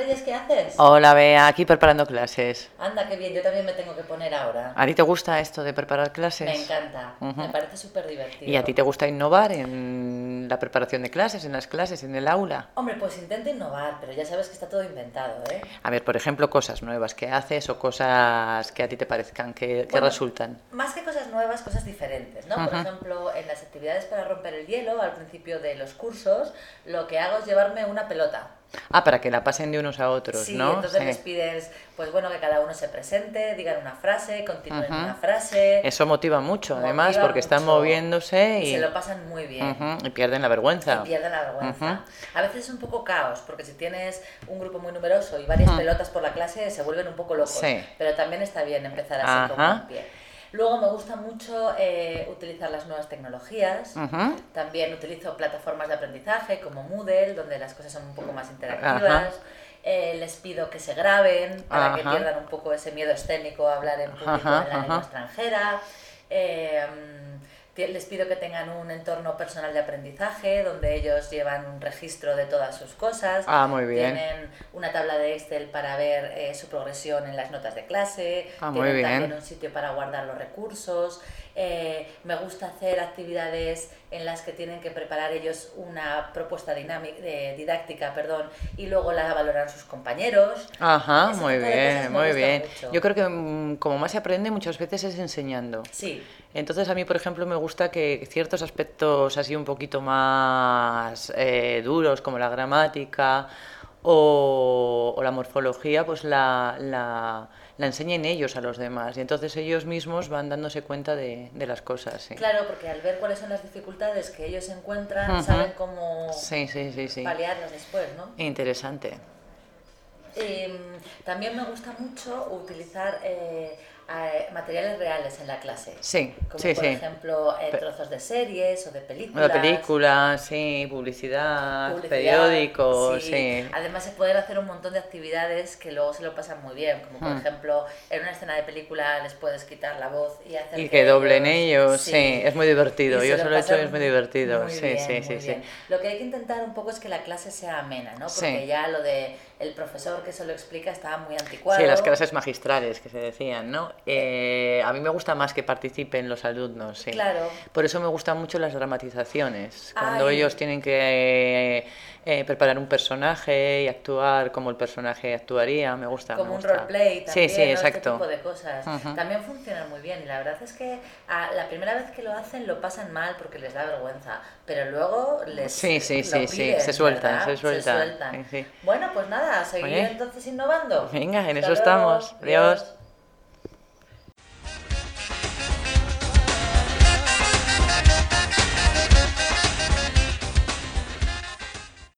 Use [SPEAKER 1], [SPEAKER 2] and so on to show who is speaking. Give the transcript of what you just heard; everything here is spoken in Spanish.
[SPEAKER 1] haces?
[SPEAKER 2] Hola, Bea, aquí preparando clases.
[SPEAKER 1] Anda, qué bien, yo también me tengo que poner ahora.
[SPEAKER 2] ¿A ti te gusta esto de preparar clases?
[SPEAKER 1] Me encanta,
[SPEAKER 2] Ah, Ujú.
[SPEAKER 1] me parece súper divertido.
[SPEAKER 2] ¿Y a ti te gusta innovar en la preparación de clases, en las clases, en el aula?
[SPEAKER 1] Hombre, pues intento innovar, pero ya sabes que está todo inventado, ¿eh?
[SPEAKER 2] A ver, por ejemplo, cosas nuevas que haces o cosas que a ti te parezcan que, que
[SPEAKER 1] Bueno,
[SPEAKER 2] resultan.
[SPEAKER 1] Más que cosas nuevas, cosas diferentes, ¿no? Por
[SPEAKER 2] Ajá.
[SPEAKER 1] ejemplo, en las actividades para romper el hielo, al principio de los cursos, lo que hago es llevarme una pelota.
[SPEAKER 2] Ah, para que la pasen de unos a otros,
[SPEAKER 1] sí,
[SPEAKER 2] ¿no?
[SPEAKER 1] entonces
[SPEAKER 2] Sí.
[SPEAKER 1] les pides, pues bueno, que cada uno se presente, digan una frase, continúen
[SPEAKER 2] Ujú.
[SPEAKER 1] una frase.
[SPEAKER 2] Eso motiva mucho, además,
[SPEAKER 1] motiva
[SPEAKER 2] porque están
[SPEAKER 1] mucho.
[SPEAKER 2] moviéndose y,
[SPEAKER 1] Se lo pasan muy bien.
[SPEAKER 2] Ujú, y pierden la vergüenza.
[SPEAKER 1] Y pierden la vergüenza.
[SPEAKER 2] Ujú.
[SPEAKER 1] A veces es un poco caos, porque si tienes un grupo muy numeroso y varias pelotas por la clase, se vuelven un poco locos.
[SPEAKER 2] Sí.
[SPEAKER 1] Pero también está bien empezar así con
[SPEAKER 2] Ajá.
[SPEAKER 1] un pie. Luego me gusta mucho eh, utilizar las nuevas tecnologías.
[SPEAKER 2] Ujú.
[SPEAKER 1] También utilizo plataformas de aprendizaje como Moodle, donde las cosas son un poco más interactivas. Eh, les pido que se graben para que
[SPEAKER 2] Ajá.
[SPEAKER 1] pierdan un poco ese miedo escénico a hablar en público
[SPEAKER 2] Ajá,
[SPEAKER 1] en la lengua
[SPEAKER 2] ajá.
[SPEAKER 1] extranjera. Eh, mm, ti- les pido que tengan un entorno personal de aprendizaje donde ellos llevan un registro de todas sus cosas.
[SPEAKER 2] Ah, muy bien.
[SPEAKER 1] Tienen una tabla de Excel para ver eh, su progresión en las notas de clase.
[SPEAKER 2] Ah, muy
[SPEAKER 1] Tienen
[SPEAKER 2] bien.
[SPEAKER 1] también un sitio para guardar los recursos. Eh, me gusta hacer actividades en las que tienen que preparar ellos una propuesta dinámica, didáctica perdón, y luego la valoran sus compañeros.
[SPEAKER 2] Ajá,
[SPEAKER 1] Ese
[SPEAKER 2] muy
[SPEAKER 1] tipo de cosas me
[SPEAKER 2] bien, muy
[SPEAKER 1] gusta
[SPEAKER 2] bien.
[SPEAKER 1] mucho.
[SPEAKER 2] Yo creo que mm, como más se aprende muchas veces es enseñando.
[SPEAKER 1] Sí,
[SPEAKER 2] Entonces a mí, por ejemplo, me gusta que ciertos aspectos así un poquito más eh, duros, como la gramática o, o la morfología, pues la, la, la enseñen ellos a los demás. Y entonces ellos mismos van dándose cuenta de, de las cosas. Sí.
[SPEAKER 1] claro, porque al ver cuáles son las dificultades que ellos encuentran,
[SPEAKER 2] Ujú.
[SPEAKER 1] saben cómo
[SPEAKER 2] sí, sí, sí, sí.
[SPEAKER 1] paliarlas después, ¿no?
[SPEAKER 2] Interesante.
[SPEAKER 1] Eh, también me gusta mucho utilizar eh, eh, materiales reales en la clase.
[SPEAKER 2] Sí,
[SPEAKER 1] Como
[SPEAKER 2] sí,
[SPEAKER 1] por
[SPEAKER 2] sí.
[SPEAKER 1] ejemplo eh,
[SPEAKER 2] Pe-
[SPEAKER 1] trozos de series o de
[SPEAKER 2] Bueno,
[SPEAKER 1] películas.
[SPEAKER 2] películas, sí, publicidad,
[SPEAKER 1] publicidad,
[SPEAKER 2] periódicos,
[SPEAKER 1] sí.
[SPEAKER 2] sí.
[SPEAKER 1] Además se pueden hacer un montón de actividades que luego se lo pasan muy bien, como por
[SPEAKER 2] Mm.
[SPEAKER 1] ejemplo en una escena de película les puedes quitar la voz y hacer
[SPEAKER 2] Y que doblen ellos, sí, es muy
[SPEAKER 1] Y
[SPEAKER 2] divertido.
[SPEAKER 1] se
[SPEAKER 2] Yo
[SPEAKER 1] lo
[SPEAKER 2] solo he hecho y
[SPEAKER 1] pasan
[SPEAKER 2] es muy divertido.
[SPEAKER 1] muy
[SPEAKER 2] sí,
[SPEAKER 1] bien,
[SPEAKER 2] sí,
[SPEAKER 1] muy
[SPEAKER 2] sí, sí.
[SPEAKER 1] bien. Lo que hay que intentar un poco es que la clase sea amena, ¿no?
[SPEAKER 2] Sí.
[SPEAKER 1] Porque ya lo de el profesor que se lo explica estaba muy anticuado.
[SPEAKER 2] Sí, las clases magistrales que se decían, ¿no? Eh, a mí me gusta más que participen los alumnos, sí.
[SPEAKER 1] Claro.
[SPEAKER 2] Por eso me gustan mucho las dramatizaciones, cuando
[SPEAKER 1] Ay.
[SPEAKER 2] ellos tienen que eh, preparar un personaje y actuar como el personaje actuaría, me gusta. me
[SPEAKER 1] como un
[SPEAKER 2] gusta.
[SPEAKER 1] roleplay también,
[SPEAKER 2] Sí, sí,
[SPEAKER 1] ¿no? Este
[SPEAKER 2] exacto.
[SPEAKER 1] tipo de cosas.
[SPEAKER 2] Ujú.
[SPEAKER 1] También funcionan muy bien y la verdad es que a- la primera vez que lo hacen lo pasan mal porque les da vergüenza, pero luego les
[SPEAKER 2] Sí, sí,
[SPEAKER 1] lo
[SPEAKER 2] sí, sí,
[SPEAKER 1] piden,
[SPEAKER 2] se sueltan,
[SPEAKER 1] ¿verdad?
[SPEAKER 2] se sueltan,
[SPEAKER 1] sueltan.
[SPEAKER 2] sí, sí.
[SPEAKER 1] Bueno, pues nada, seguir
[SPEAKER 2] Oye.
[SPEAKER 1] entonces innovando.
[SPEAKER 2] Venga, en
[SPEAKER 1] Hasta
[SPEAKER 2] eso
[SPEAKER 1] luego.
[SPEAKER 2] estamos. Adiós.